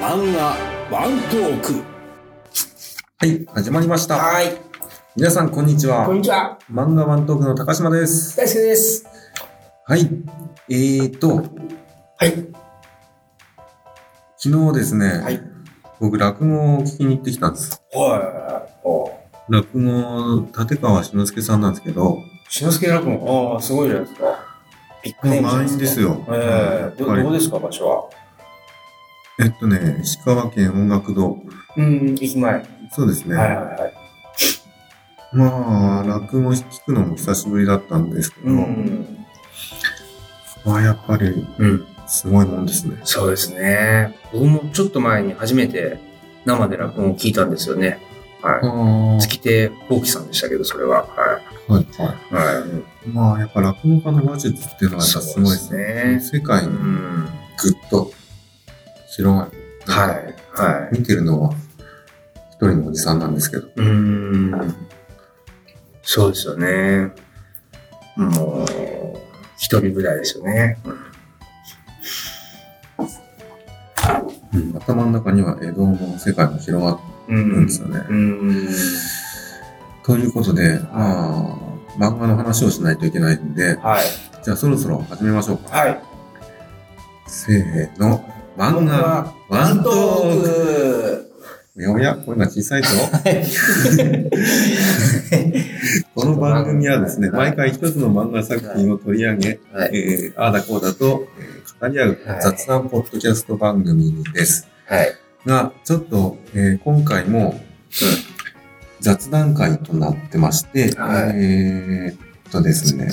ワンアワントークはい、始まりました。はい。皆さん、こんにちはこん。にちは。漫画ワントークの高島です。大輔です。はい。えーと、はい。昨日ですね、い僕、落語を聞きに行ってきたんです。はい。お落語、立川志の輔さんなんですけど、しのすけ楽も、ああ、すごいじゃないですか。ビッグネームじゃな満い員でですすか。よ。ええやっぱど、りどこですか、場所は。えっとね、石川県音楽堂。うん、駅前。はいそうですね。はいはい。まあ、落語聞くのも久しぶりだったんですけど、うん。まあ、やっぱり、うん。すごいもんですね。そうですね。僕もちょっと前に初めて生で落語を聞いたんですよね。はい。あ月手幸喜さんでしたけど、それは。はあ、はいはい。い。はまあやっぱ落語家の話術っていうのはやっぱすごいですそうですねね。世界い。うにん。ぐっと広がる。。はい。はい見てるのは一人のおじさんなんですけど。い。うん。そうですよね。もう、一人ぐらいですよね。うん頭の中には江戸の世界も広がうるんですよね。うん。ということで、まあ、漫画の話をしないといけないんで、はい。じゃあそろそろ始めましょうか。はい。せーの。漫画、ワアンントトーーククおや、声が小さいぞ。 この番組はですね、はい毎回一つの漫画作品を取り上げ、はい。えー、ああだこうだと、えー語り合う雑談ポッドキャスト番組です。はい。が、ちょっと、えー今回も雑談会となってまして、はいえーっとですね、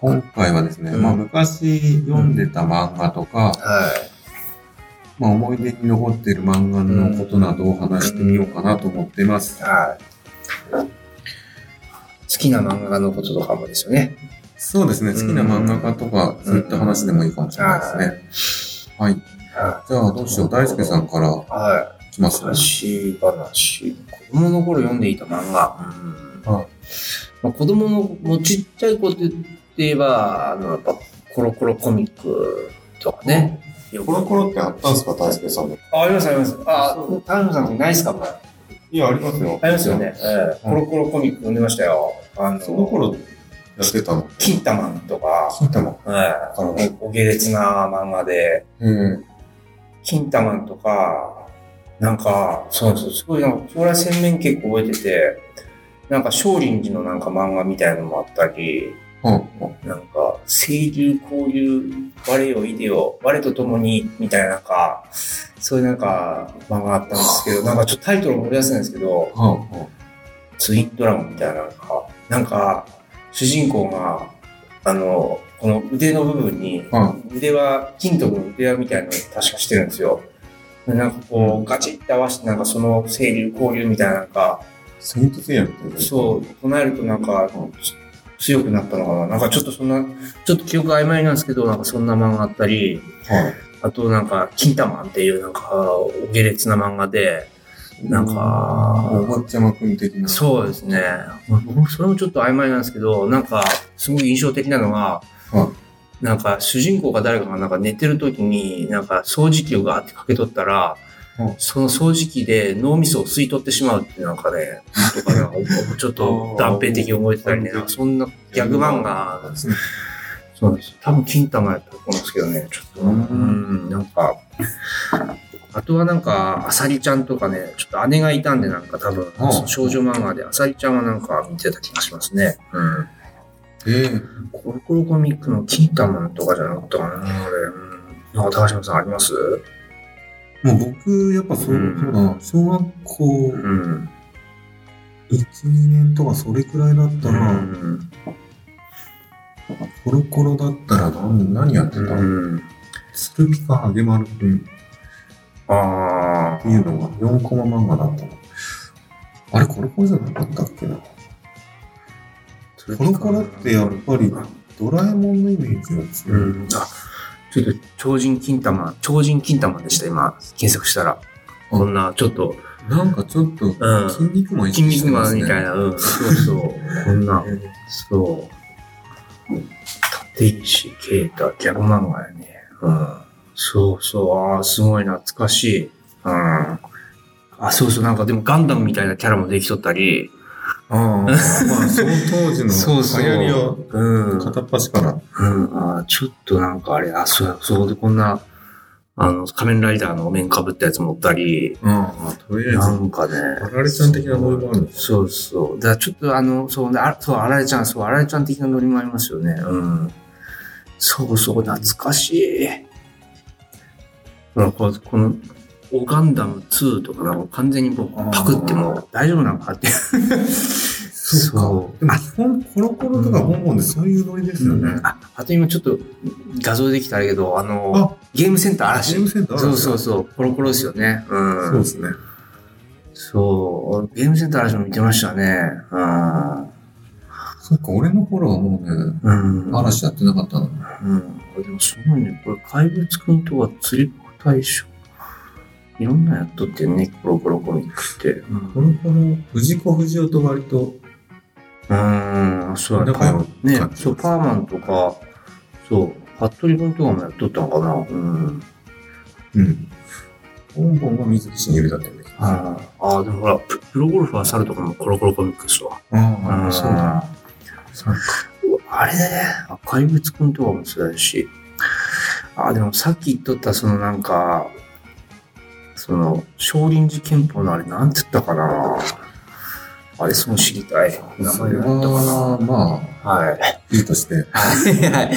今回はですね、うんまあ昔読んでた漫画とか、はい。まあ思い出に残っている漫画のことなどを話してみようかなと思っています。はい。好きな漫画のこととかもですよね。そうですね、好きな漫画家とか、そういった話でもいいかもしれないですね。はい。はじゃあどうしよう、大輔さんからい。は来まい。す昔話。子供の頃読んでいた漫画。うんはいまあ、子供の、もうちっちゃい子で言えば、あの、やっぱ、コロコロコミックとかね。コロコロってあったんですか、大輔さんの。あ、ありますあります。あ、田辺さんないですかこれ。いや、ありますよ。ありますよ。ね。ええうんコロコロコミック読んでましたよ。あの、その頃やってたの。キータマンとか、金玉。えからえお下劣な漫画で、うん。キンタマンとか、なんか、そうなんですよ。すごい、なんか、そこら洗面結構覚えてて、なんか、少林寺のなんか漫画みたいのもあったり、うん。なんか、清流交流、我よいでよ、我と共に、みたいな、なんか、そういうなんか、漫画あったんですけど、なんかちょっとタイトル思い出せないんですけど、うん。ツインドラゴンみたいな、なんか、なんか、主人公が、あの、この腕の部分に、は腕輪、金属の腕輪みたいなのを確かしてるんですよ。でなんかこう、ガチッと合わせて、なんかその清流交流みたいな、なんか、セイントセイヤみたいな。そう、唱えるとなんか、つ強くなったのかな。なんかちょっとそんな、ちょっと記憶曖昧なんですけど、なんかそんな漫画あったり、はい。あとなんか、金玉っていうなんか、お下劣な漫画で、い。なんかお坊ちゃま君的な。そうですね。僕それもちょっと曖昧なんですけど、なんか、すごい印象的なのが、はなんか、主人公か誰かがなんか寝てる時に、なんか掃除機をガーってかけとったら、うんその掃除機で脳みそを吸い取ってしまうっていうなんかね、とかなんかおちょっと断片的に覚えてたりね、あーなんかそんなギャグ漫画なんですね。そうなんです。多分、金玉やったと思うんですけどね、ちょっと。うんうん、なんか、あとはなんか、あさりちゃんとかね、ちょっと姉がいたんで、なんか多分、うんその少女漫画で、あさりちゃんはなんか見てた気がしますね。うん。ええコロコロコミックの金玉とかじゃなかったかな、あれ。うん。なんか高島さんありますもう僕、やっぱそう、うんそうだな小学校うん。 1、2年とかそれくらいだったうら、ん。コロコロだったら何、何やってたの、うん。スルピカハゲマル君っあていうのが4コマ漫画だったの。あれ、コロコロじゃなかったっけなあ。コロコロってやっぱりドラえもんのイメージがう強い。ん。あ、ちょっと超人金玉、超人金玉でした、今、検索したら。うんこんな、ちょっと、なんかちょっと、うん筋肉マン意筋識して肉まマすンね。みたいな、うん、そうそう、こんな、そう。立石啓太、ギャグ漫画やね。うん。そうそう、ああ、すごい懐かしい。うん。あ、そうそう、なんかでもガンダムみたいなキャラもできとったり、ああ、まあ、その当時そうのそう流行りはうん。片っ端から。うん、あちょっとなんかあれ、あ、そうや、そうでこんな、あの、仮面ライダーの面被ったやつ持ったり、ああ、とりあえなず、んかね。パラレちゃん的なノリもあるんですそうそう。だからちょっとあの、そうね、あそう、あられちゃん、そう、あられちゃん的なノリもありますよね。うん。そうそう、懐かしい。なんかこの、オガンダム2とかなんか完全にもうパクってもう大丈夫なのかって。そうでも基本、コロコロとかボンボンでそういうノリですよね。あ、あと今ちょっと画像できたけど、あのあ、ゲームセンター嵐ゲー。ムセンターあるそんうですそようそう、コロコロですよね。うん。そうですね。そう。ゲームセンター嵐も見てましたね。そっか、俺の頃はもうね、うん。うん。嵐やってなかったの。うん。これでもすごいね。これ、怪物くんとか釣りっ子大賞。いろんなやっとってね、コロコロコミックって。コロコロ、藤子不二雄と割とうん。うん、そうだね。仲良かったね、そう、パーマンとか、そう、服部くんとかもやっとったのかな。うん。うん。ボンボンは水木しげるだったよね。ああ、でもほら、ププロゴルファー猿とかもコロコロコミックスは。ああ、そうだ。そうあれね、怪物くんとかもそうだし、あ、でもさっき言っとった、そのなんか、その、少林寺拳法のあれ、なんつったかな。あれ、その知りたい。名そ前れなんだったは、まあ、かな。はい。いいとして。はいはい。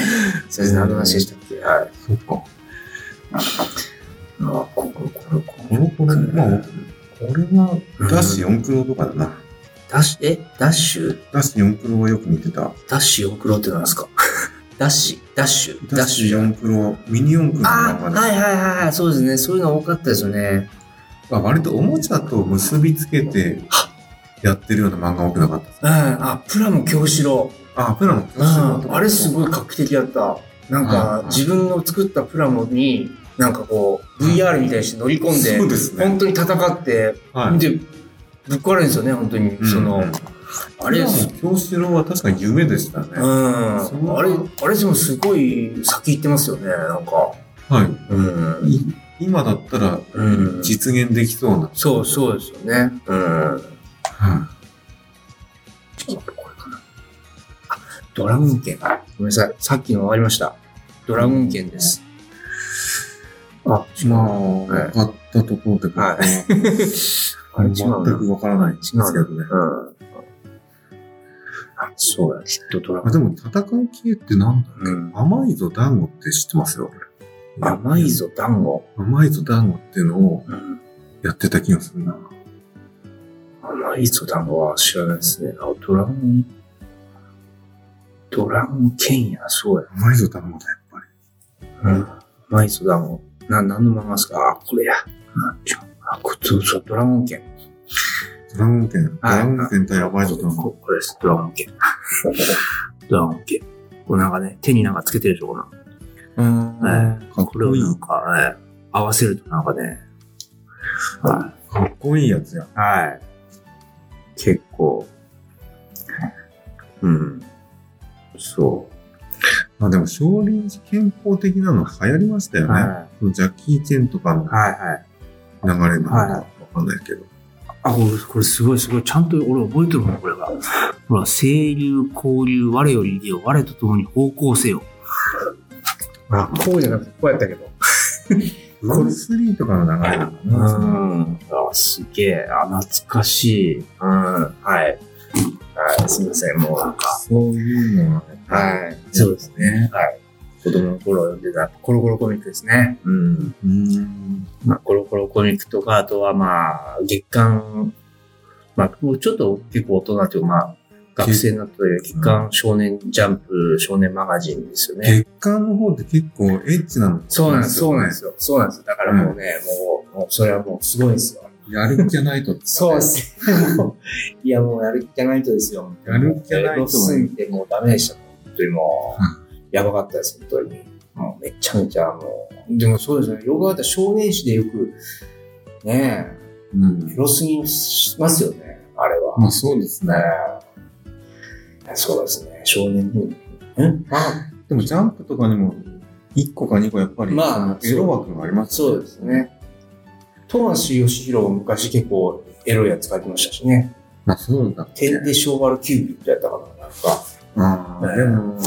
それ何の話でしたっけはい。そっか。コまあ、ここ、これ、こロコロ、まあ、これは、ダッシュ4クロとかだな。ダッシュ、えダッシュダッシュ4クロはよく見てた。ダッシュ送ろうってなんですか ダッシュ、ダッシュ、ダッシュュ。 4クロ、ミニ4クロのあ漫ー、画はでいはいはいはい、そうですね。そういうの多かったですよね。まあ、割とおもちゃと結びつけてやってるような漫画多くなかったですうん、あ、プラモ京志郎。あ、プラの教うん、あれすい。ごい画期的だった。なんかうん、自分の作ったプラモに、なんかこう、VR みたいにして乗り込んで、そうですね本当に戦って、はい。で、ぶっ壊れるんですよね、本当に。その、うんあれ、うプんラ、の教師郎は確かに夢でしたね。あれ、あれでもすごい先行ってますよね、なんか。はうん。い。い今だったらうん、実現できそうな。そう、そうですよね。うん。ちょっと待ってこれかな。あ、ドラゴン剣。ごめんなさい。さっきの終わりました。ドラゴン剣です。あ、違う。まあ、はい分かったところで僕は、はあれ違全うな。くわからないんですけどね。うん。あそうや、きっとドラゴあン。でも、戦う系ってなんだうん。甘いぞ団子って知ってますよ。甘い。ぞ、団子。甘いぞ団子っていうのをやってた気がするな。甘いぞ、団子は知らないですね。あ、ドラゴン、ドラゴン剣や、そうや。甘いぞ団子だ、やっぱり。うん。甘いぞ、団子。な、何の漫画ですかあ、これや。うんちょあ、こっち、そう、ドラゴン剣。ドラゴン剣。ドはいラゴン剣対甘いぞ団子。ここれです。 ドラゴン系。ドラゴン系。こうなんかね、手になんかつけてるでしょ、こうの。んかっこれをこいい。なんか、ね、合わせるとなんかね。はかっこいいやつや。い。はい。結構。うん。そまあでも、少林寺健康的なの流行りましたよう。ね。はい。そのジャッキー・チェンとかのはいはい。流れなのかはわかんないけど。あ、これ、これすごいすごい。ちゃんと俺覚えてるもん、これが。ほら、清流、交流、我より出よ、我と共に方向せよ。あ、こうじゃなくて、こうやったけど。ブルース・リーとかの流れなのかうな。ん。あ、すげえ。あ、懐かしい。うん。はい。はい。すみません。もうなんか。そういうのはね。はい。そうですね。はい。子供の頃読んでたコロコロコミックですね。うん。うん。まあ、コロコロコミックとか、あとはまあ、月刊、まあ、もうちょっと結構大人というか、まあ、学生になったという月刊少年ジャンプ少年マガジンですよね。月刊の方って結構エッチなの。。そうなんです、そうなんですすよ。そうなんです。だからもうね、もう、もうそれはもうすごいんですよ。やる気じゃないと。そうで。す。 いや、もうやる気じゃないとですよ。やる気じゃないとロスすぎてもうダメでした。本当にもう、やばかったです、本当に。もうめちゃめちゃもう。でもそうですね、よく考えたら少年誌でよく、ねうんえ、エ。ロすぎますよね、あれは。まあそうですね。ねえそうですね、少年部。んでもジャンプとかにも1個か2個やっぱり、まあそのエロ枠がありますそうですね。富樫義弘も昔結構エロいやつ書いてましたしね。まあ、そうだっけ天で昭和のキュービットやったかな、なんか。ああ、でも、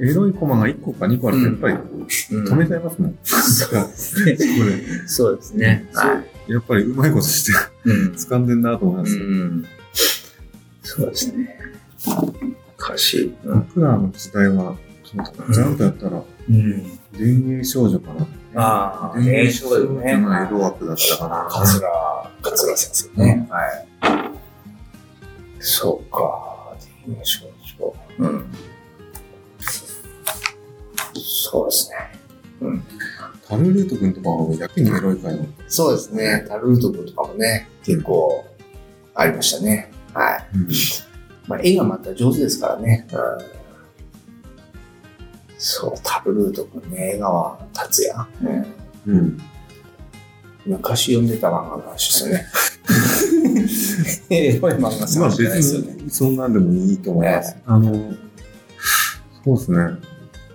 エロいコマが1個か2個あると、やっぱり止めちゃいますもん。そうですね。そこでそうですね。はい。やっぱりうまいことして、うん掴んでんなと思います。うん。そうですね。おかしい。うん。僕らの時代は、そのジャンプやったら、うん、電芸少女かな。ああ、電ね芸そ少う女だよね。がエロ枠だったかな。桂、桂先生ね。はい。そうか。電撃少女。うん。そうですね。タルレート君とかはやけにエロいかよ。そうですね。タルート君とかもね、結構ありましたね。はい。まあ、絵がまた上手ですからね。うん、そう、タブルート君ね、江川達也。うんうん。うん。昔読んでた漫画の話ですよ ね。エロい漫画まあ探別しないですよね。に、そんなんでもいいと思います。あの、そうですね。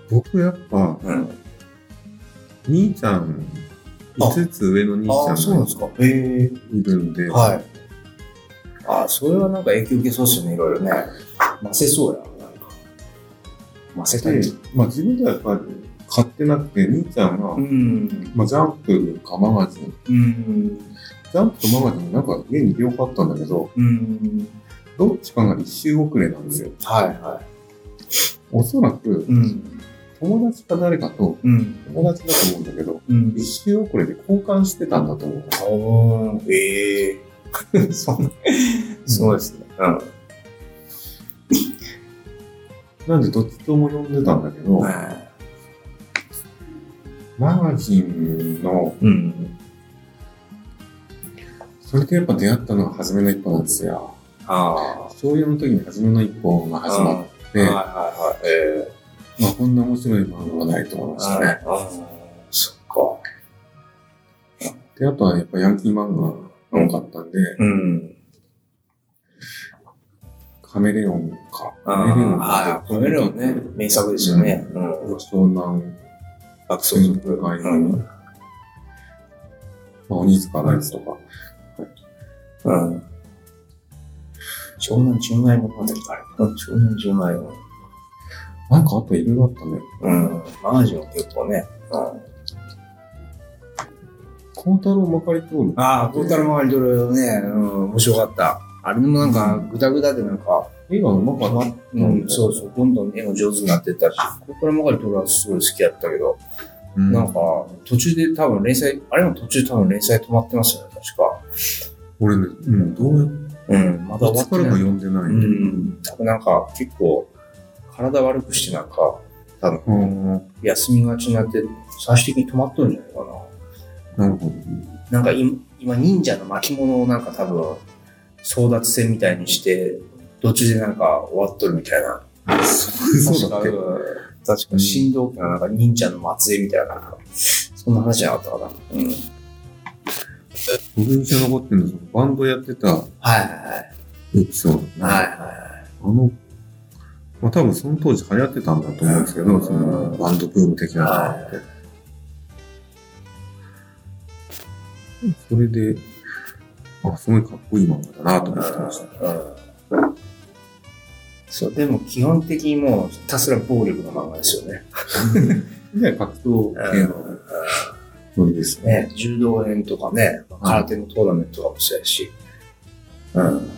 僕やっぱ、うん、兄ちゃん、あ5つ上の兄ああ、ちそうゃなんんでがすか。へいるんで、え。はい。ああ、それはなんか影響受けそうですよね、いろいろね。ませそうやな、なんか。ませたいで。、まあ自分ではやっぱり買ってなくて、兄ちゃんが、うん。まあジャンプかマガジン、うん。ジャンプとマガジンなんか家に両方あったんだけど、うん。どっちかが一周遅れなんですよ。はいはおそらくい。うん。友達か誰かと、うん。友達だと思うんだけど、うん一。周遅れで交換してたんだと思う。おー、 ええそんな、そうですね。うん。なんでどっちとも読んでたんだけど、マガジンの、うん。それでやっぱ出会ったのが初めの一歩なんですよ。あそういうの時に初めの一歩があ。始まっうんて、はいはいはい。ええまあこんな面白い漫画はないと思いましたね。ああ、そっか。で、あとはやっぱヤンキー漫画が多かったんで、うん。カメレオンか。あカメレオンあ、カメレオンね。名作ですよね。うん。湘南、爆走専族。属会う員、まん。あ、鬼塚大地とか、うん。湘南純愛物語から。うん、湘南純愛物なんかあといろいろあったね。うん。マージン結構ね。うん。コウタロウまかり通る。ああ、ポータル周りドルね、うん、面白かった。あれもなんか、ぐだぐだでなんか、絵がうまかった。うん、そうそう、どんどん絵も上手になってったし、ポータル周りドルはすごい好きやったけど、うんなんか、途中で多分連載、あれも途中で多分連載止まってますよね、確か。俺ね、うん、どうやっうん、まだ終わてってからかない。読んでない。うん、多分なんか、結構、体悪くしてなんか、多分、あ休みがちになって、最終的に止まっとるんじゃないかな。あ、なるほど。なんか今今忍者の巻物をなんか多分争奪戦みたいにして途中でなんか終わっとるみたいなそうだっけ確か確か振動機のなんか忍者の末裔みたいななんかそんな話じゃなかったかなうんはい僕印象に残ってるのは、そのバンドやってたはいエピソード。。はいはいいあの、まあ多分その当時流行ってたんだと思うんですけうど、んそのバンドブーム的なのがあって。それで、あ、すごいかっこいい漫画だなと思ってました。うんうんそうでも基本的にもうひたすら暴力の漫画ですよねで、格闘系のノリですね。ね、柔道編とかね、空手のトーナメントとかもそうやし。うん。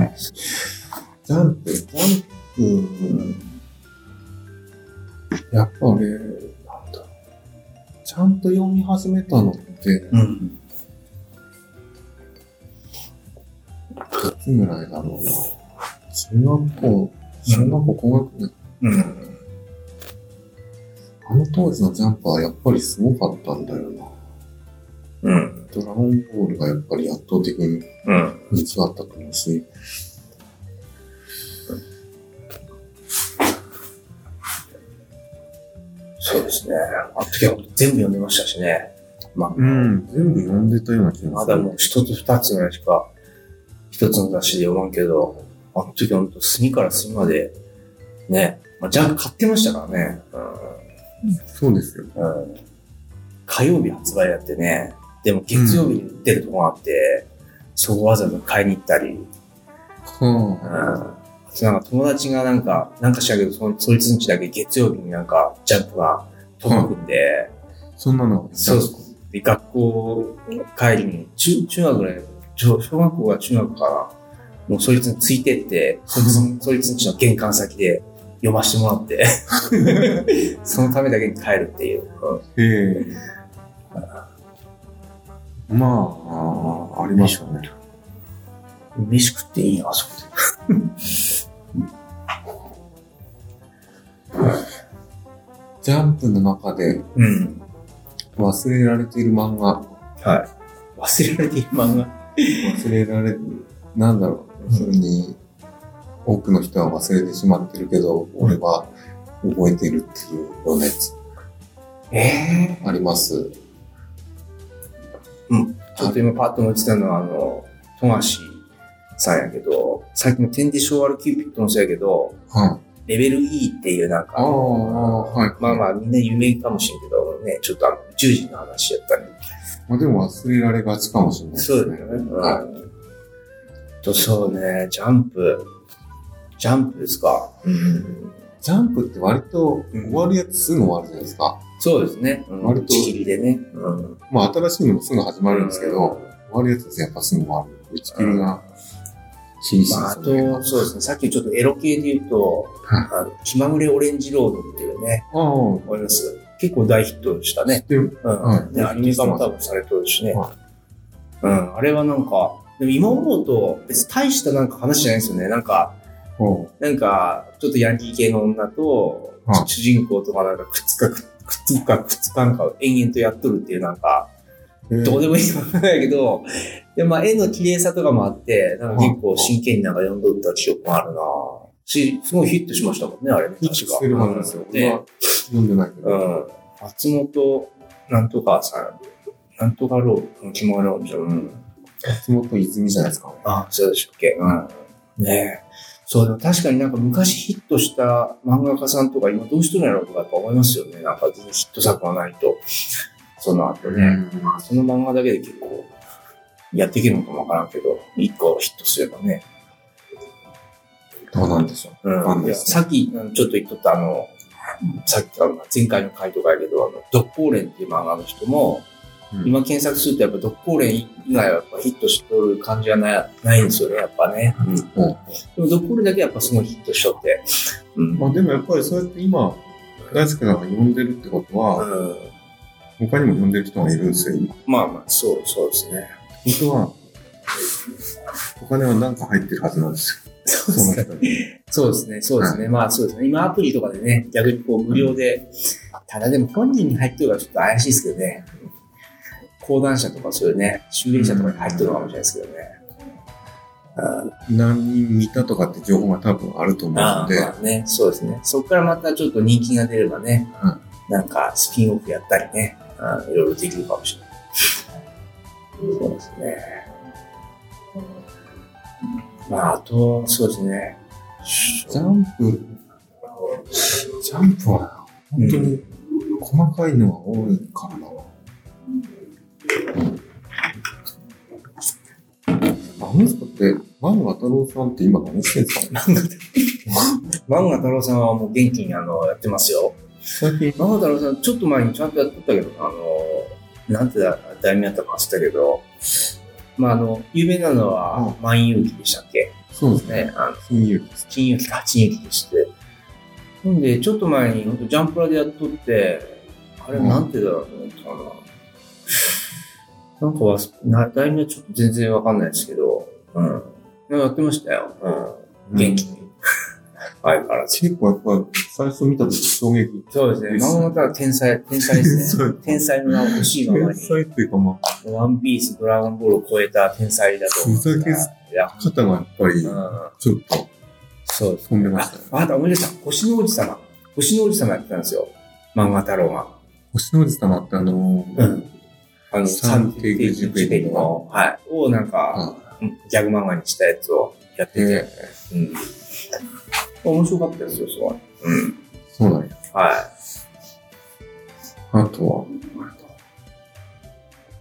ジャンプ、ジャンプ、やっぱ俺、なんだろうちゃんと読み始めたのって、うん。いつぐらいだろうな。中学校、小学校、高学年。うん。あの当時のジャンプはやっぱりすごかったんだよな。うん。ドラゴンボールがやっぱり圧倒的にうん。熱だったと思うし。そうですね。あの時は全部読んでましたしね。まあ、うん、全部読んでたような気がまする。だもう一つ二つぐらいしか、一つの雑誌で読まんけど、あの時本当隅から隅まで、ね、まあ、ジャンプ買ってましたからね。そうですよ。うん。うん。火曜日発売やってね、でも月曜日に売ってるとこがあって、そこわざわざ買いに行ったり、うん。はあとなんか友達がなんか、なんかしらんけど、そのそいつんちだけ月曜日になんかジャンプが届くんで、そんなの。そうそう。で、学校帰りに、中、中学ぐらい、小小学校が中学かな。もうそいつについてって、そいつん、 そいつんちの玄関先で読ませてもら って、そのためだけに帰るっていう。うんええまあ、ありましたね。飯食っていいな、あそこあ。ジャンプの中でで。うん。忘れられている漫画、はい。忘れられている漫画。忘れられ、なんだろう、それに、多くの人は忘れてしまってるけど、俺は覚えてるっていうようなやつええあります。ちょっと今パッと思いついたのは、あの、富樫さんやけど、さっきの天で昭和のキューピッドの人やけど、はい。レベル E っていうなんか、ああ、はい。まあまあ、みんな有名かもしれんけどね、ちょっとあの、宇宙人の話やったね。まあでも忘れられがちかもしれないですね。はい。うん。と、そうね、ジャンプ。ジャンプですか。うん。ジャンプって割と終わるやつすぐ終わるじゃないですか。そうですね。うん、割割とと。ちぎりでね。うん。まあ新しいのもすぐ始まるんですけど、終わるやつですやっぱすぐ終わる。打ち切りが、真摯まあ、あですよと、ね。そうですね。さっきちょっとエロ系で言うと、あの気まぐれオレンジロードっていうね、ああ、思います。結構大ヒットしたね。で、うん。はいで、アニメ化も多分されてるしね。はうん。あれはなんか、でも今思うと、別に大したなんか話じゃないですよね。なんか、おうなんか、ちょっとヤンキー系の女とは、主人公とかなんかくっつかく、くっつくかくっつかんかを延々とやっとるっていうなんか、えーどうでもいいことなんだけど、でもまあ絵の綺麗さとかもあって、なんか結構真剣になんか読んどった記憶もあるなし、すごいヒットしましたもんね、あれね。ヒットしてるはずですよ。俺は読んでないけうど。ん。松本なんとかさん、なんとかロー、キモローみたいな。うん松本泉じゃないですか。あ、そうでしたっけ。うん。ねえ。そう、でも確かになんか昔ヒットした漫画家さんとか今どうしてるんやろうとかやっぱ思いますよね。なんか全然ヒット作がないと。その後ね。その漫画だけで結構やっていけるのかもわからんけど、一個ヒットすればね。どうなんでしょう。うかん。んいないでやすさっきうんちょっと言っとったあの、さっきあの前回の回とかやけど、あの、独光連っていう漫画の人も、うん今検索するとやっぱ独光連以外はやっぱヒットしとる感じはないないんですよね、やっぱね。ううん。んでも、ドッコールだけやっぱすごいヒットしとって。うん。まあでもやっぱりそうやって今、大輔さんが読んでるってことは、うん他にも読んでる人がいるんですよ、今。まあまあ、そう、そうですね。本当は、お金は何か入ってるはずなんですそよ。その人に。そうですね、そうですね。まあそうですね。今アプリとかでね、逆にこう無料で、ただでも本人に入ってるからちょっと怪しいですけどね。講談社とかそういうね、修理者とかに入ってるのかもしれないですけどね。何人見たとかって情報が多分あると思うまのあで、まあね、そうですね。そこからまたちょっと人気が出ればね、うんなんかスピンオフやったりね、うんいろいろできるかもしれない。そうですね。まあ、あと、そうですね。ジャンプ、ジャンプは本当に細かいのが多いからな。あの人って、前野渡郎さんって今何してんすか漫画太郎さんはもう元気にあのやってますよ。最近、漫画太郎さん、ちょっと前にちゃんとやってたけど、あの、なんてだ題名やったか忘れたけど、まあ、あの、有名なのは、万有記でしたっけ、そうですね。ね、あの、金融です。金融機か、金融機でして。ほんで、ちょっと前に、ほんとジャンプラでやっとって、あれ、うんなんてだろうと思ったかな。なんかわす、な、題名ちょっと全然わかんないですけど、うん。なんかやってましたよ。うん。元気に。 相変わらず。結構やっぱり最初見た時衝撃。そうですね。漫画は天才、天 才ですね。天才の名を欲しいまま天に、才っていうかまあ、ワンピース、ドラゴンボールを超えた天才だと思う。ふざけすいや、肩がやっぱりうん。ちょっとそうです飛んでまあしたね。、あなた思い出した。星の王子様。星の王子様やってたんですよ。漫画太郎が。星の王子様ってあのー、ん。あの、サンテイクジュペリの、はい。をなんか、うんギャグ漫画にしたやつをやってて。うん。面白かったですよ、すごい。うん。そうなんや。はあとは、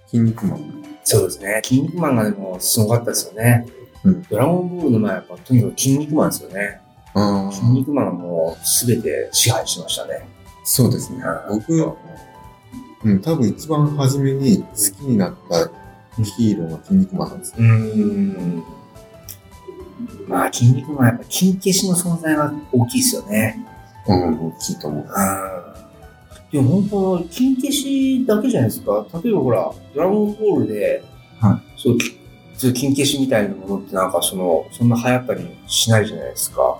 筋肉マン。そうですね。筋肉マンがでもすごかったですよね。うんドラゴンボールの前はやっぱとにかく筋肉マンですよね。あ筋あ、肉マンがもうすべて支配してましたね。そうですね。僕、うん、多分一番初めに好きになったヒーローが筋肉マンなんです。うーん。まあ、筋肉マンはやっぱ筋消しの存在が大きいですよね。うん、大きいと思う。でも本当、筋消しだけじゃないですか。例えばほら、ドラゴンボールで、はそう、きそういう筋消しみたいなものってなんかその、そんな流行ったりしないじゃないですか。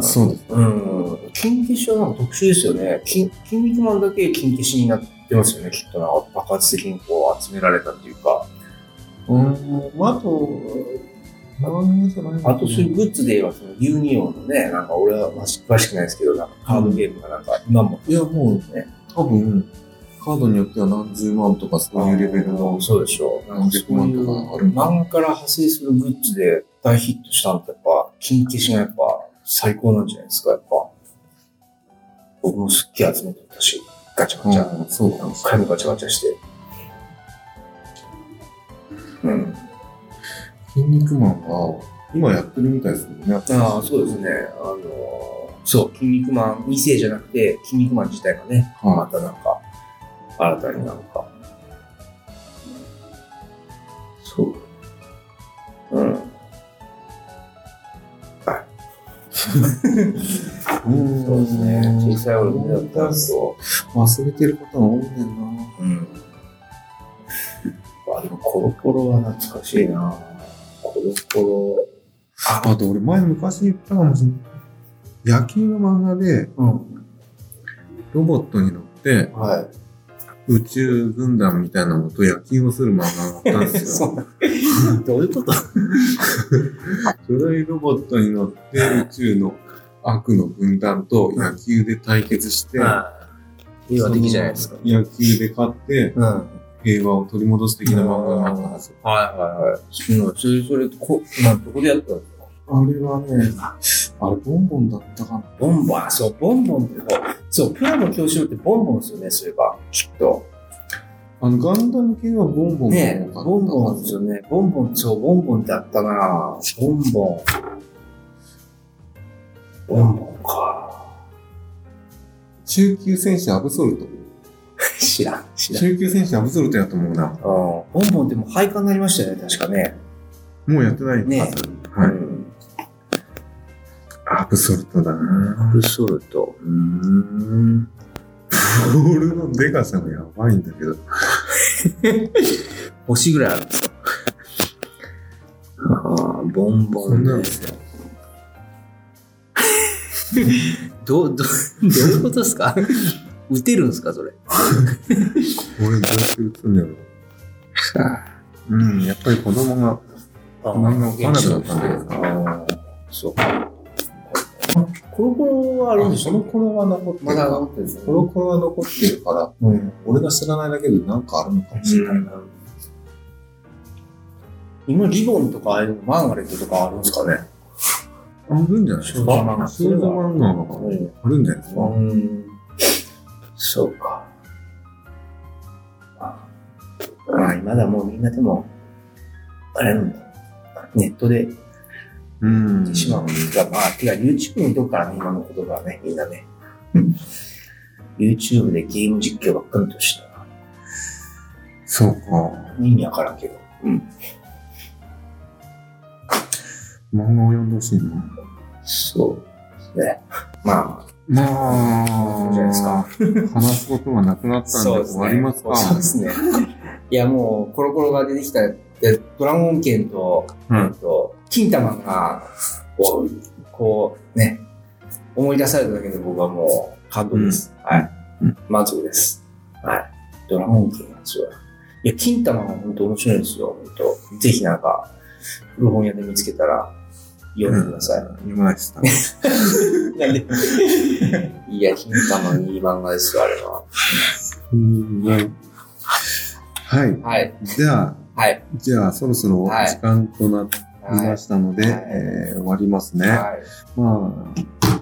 そうです。うん。筋消しはなんか特殊ですよね。筋筋肉マンだけ筋消しになってますよね、きっとなんか爆発的にこう集められたっていうか。うん、まあ、あと、漫画じゃないあとそういうグッズで言えば、そのユニオンのね、なんか俺は詳しくないですけど、なんかカードゲームがなんか今も。いや、もうねね、多分、カードによっては何十万とかそういうレベルのそうでしょう。なん何か百そう万いうとかあるんだ。漫画から派生するグッズで大ヒットしたのってやっぱ、金消しがやっぱ最高なんじゃないですか、やっぱ。僕もすっげえ集めてたし、ガチャガチャ。うん、そうかもしれ回もガチャガチャして。うん。ない。筋肉マンは、今やってるみたいですけどね。ああ、そうですね。あのーそう、筋肉マン2世じゃなくて、筋肉マン自体がね、はいまたなんか、新たになんか。そう。うん。うんそうですね。小さい頃見てたんですけど。忘れてることが多いねんな。うん。 あ、でもコロコロは懐かしいなコロコロ。ああと俺前昔言ったかもしれない。野球の漫画でうん。ロボットに乗ってはい。宇宙軍団みたいなのと野球をする漫画があったんで すそよ。う。どういうこと巨大ロボットに乗って宇宙の悪の軍団と野球で対決して、平和的じゃないですか。その野球で勝ってうん。はい平和を取り戻す的な漫画があったんですよ。はいはい。うん、それ、それ、こ、なんどこでやったのあれはね、あれボンボンだったかな。ボンボン、そう、ボンボンってこう、そう、プラの教習ってボンボンですよね、そういえば。きっと。あのガンダム系はボンボンがねえ、多かったボンボンですよね。ボンボン、そう、ボンボンってあったなボンボン。ボンボンか。中級戦士アブソルト。知らん、知らん。中級戦士アブソルトやと思うな。うん、ボンボンってもう廃刊になりましたよね、確かね。もうやってないはず。ねはうい。ん。アブソルトだなフルソルト。うーん。ボールのデカさがやばいんだけど。星ぐらいある。 ああ、ボンボこんなン、のね。 どう、どう、どういうことですか 打てるんですかそ れ。俺どうやって打つんだろう。うん、やっぱり子供があ漫画をかなりだったんだけど。あーそうか。コロコロはあるんでしょコロは残ってまだ残ってるんですねコロコロは残ってるから、うん。俺が知らないだけでなんかあるのかもしれない。今、リボンとか、ああいうのマーガレットとかあるんですかねあるんじゃないですか少女漫画少女漫画はあるんじゃないですかうん。そうか。あまあ、今だもうみんなでも、あれなんだ。ネットでうん見てしまうんですが、まあ、てか YouTube 見とくからね、今の言葉はね、みんなね。YouTube でゲーム実況ばっかりとしたら、そうか。意味わからんけど。漫画を読んでほしいな。そう。ね。ままあ、じゃないですかあ、。話すことがなくなったんで終わりますか。そうですね。 いや、もう、コロコロが出てきた、でドラゴン剣と、うんえっと、金玉が、こう、こうね、思い出されただけで僕はもう、感動です。はい、うん満足です。はい。ドラゴン剣なんですよ。いや、金玉が本当面白いんですよ。本当ぜひなんか、古本屋で見つけたら、読んでください。読まないです。なんで いや、金玉いい漫画ですよ、あれは。はい。はい。じゃあ、はい。じゃあ、そろそろはい時間となりはいましたので、はいえー終わりますね。はいまあ、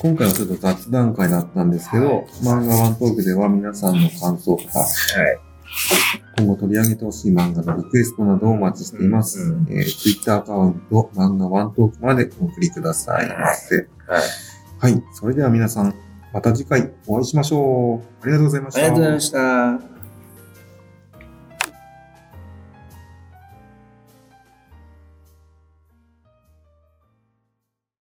今回はちょっと雑談会だったんですけど、はい漫画ワントークでは皆さんの感想とか、はい。今後取り上げてほしい漫画のリクエストなどをお待ちしています。うんえー、Twitter アカウント、漫画ワントークまでお送りくださいませ。はい。はい。それでは皆さん、また次回お会いしましょう。ありがとうございました。ありがとうございました。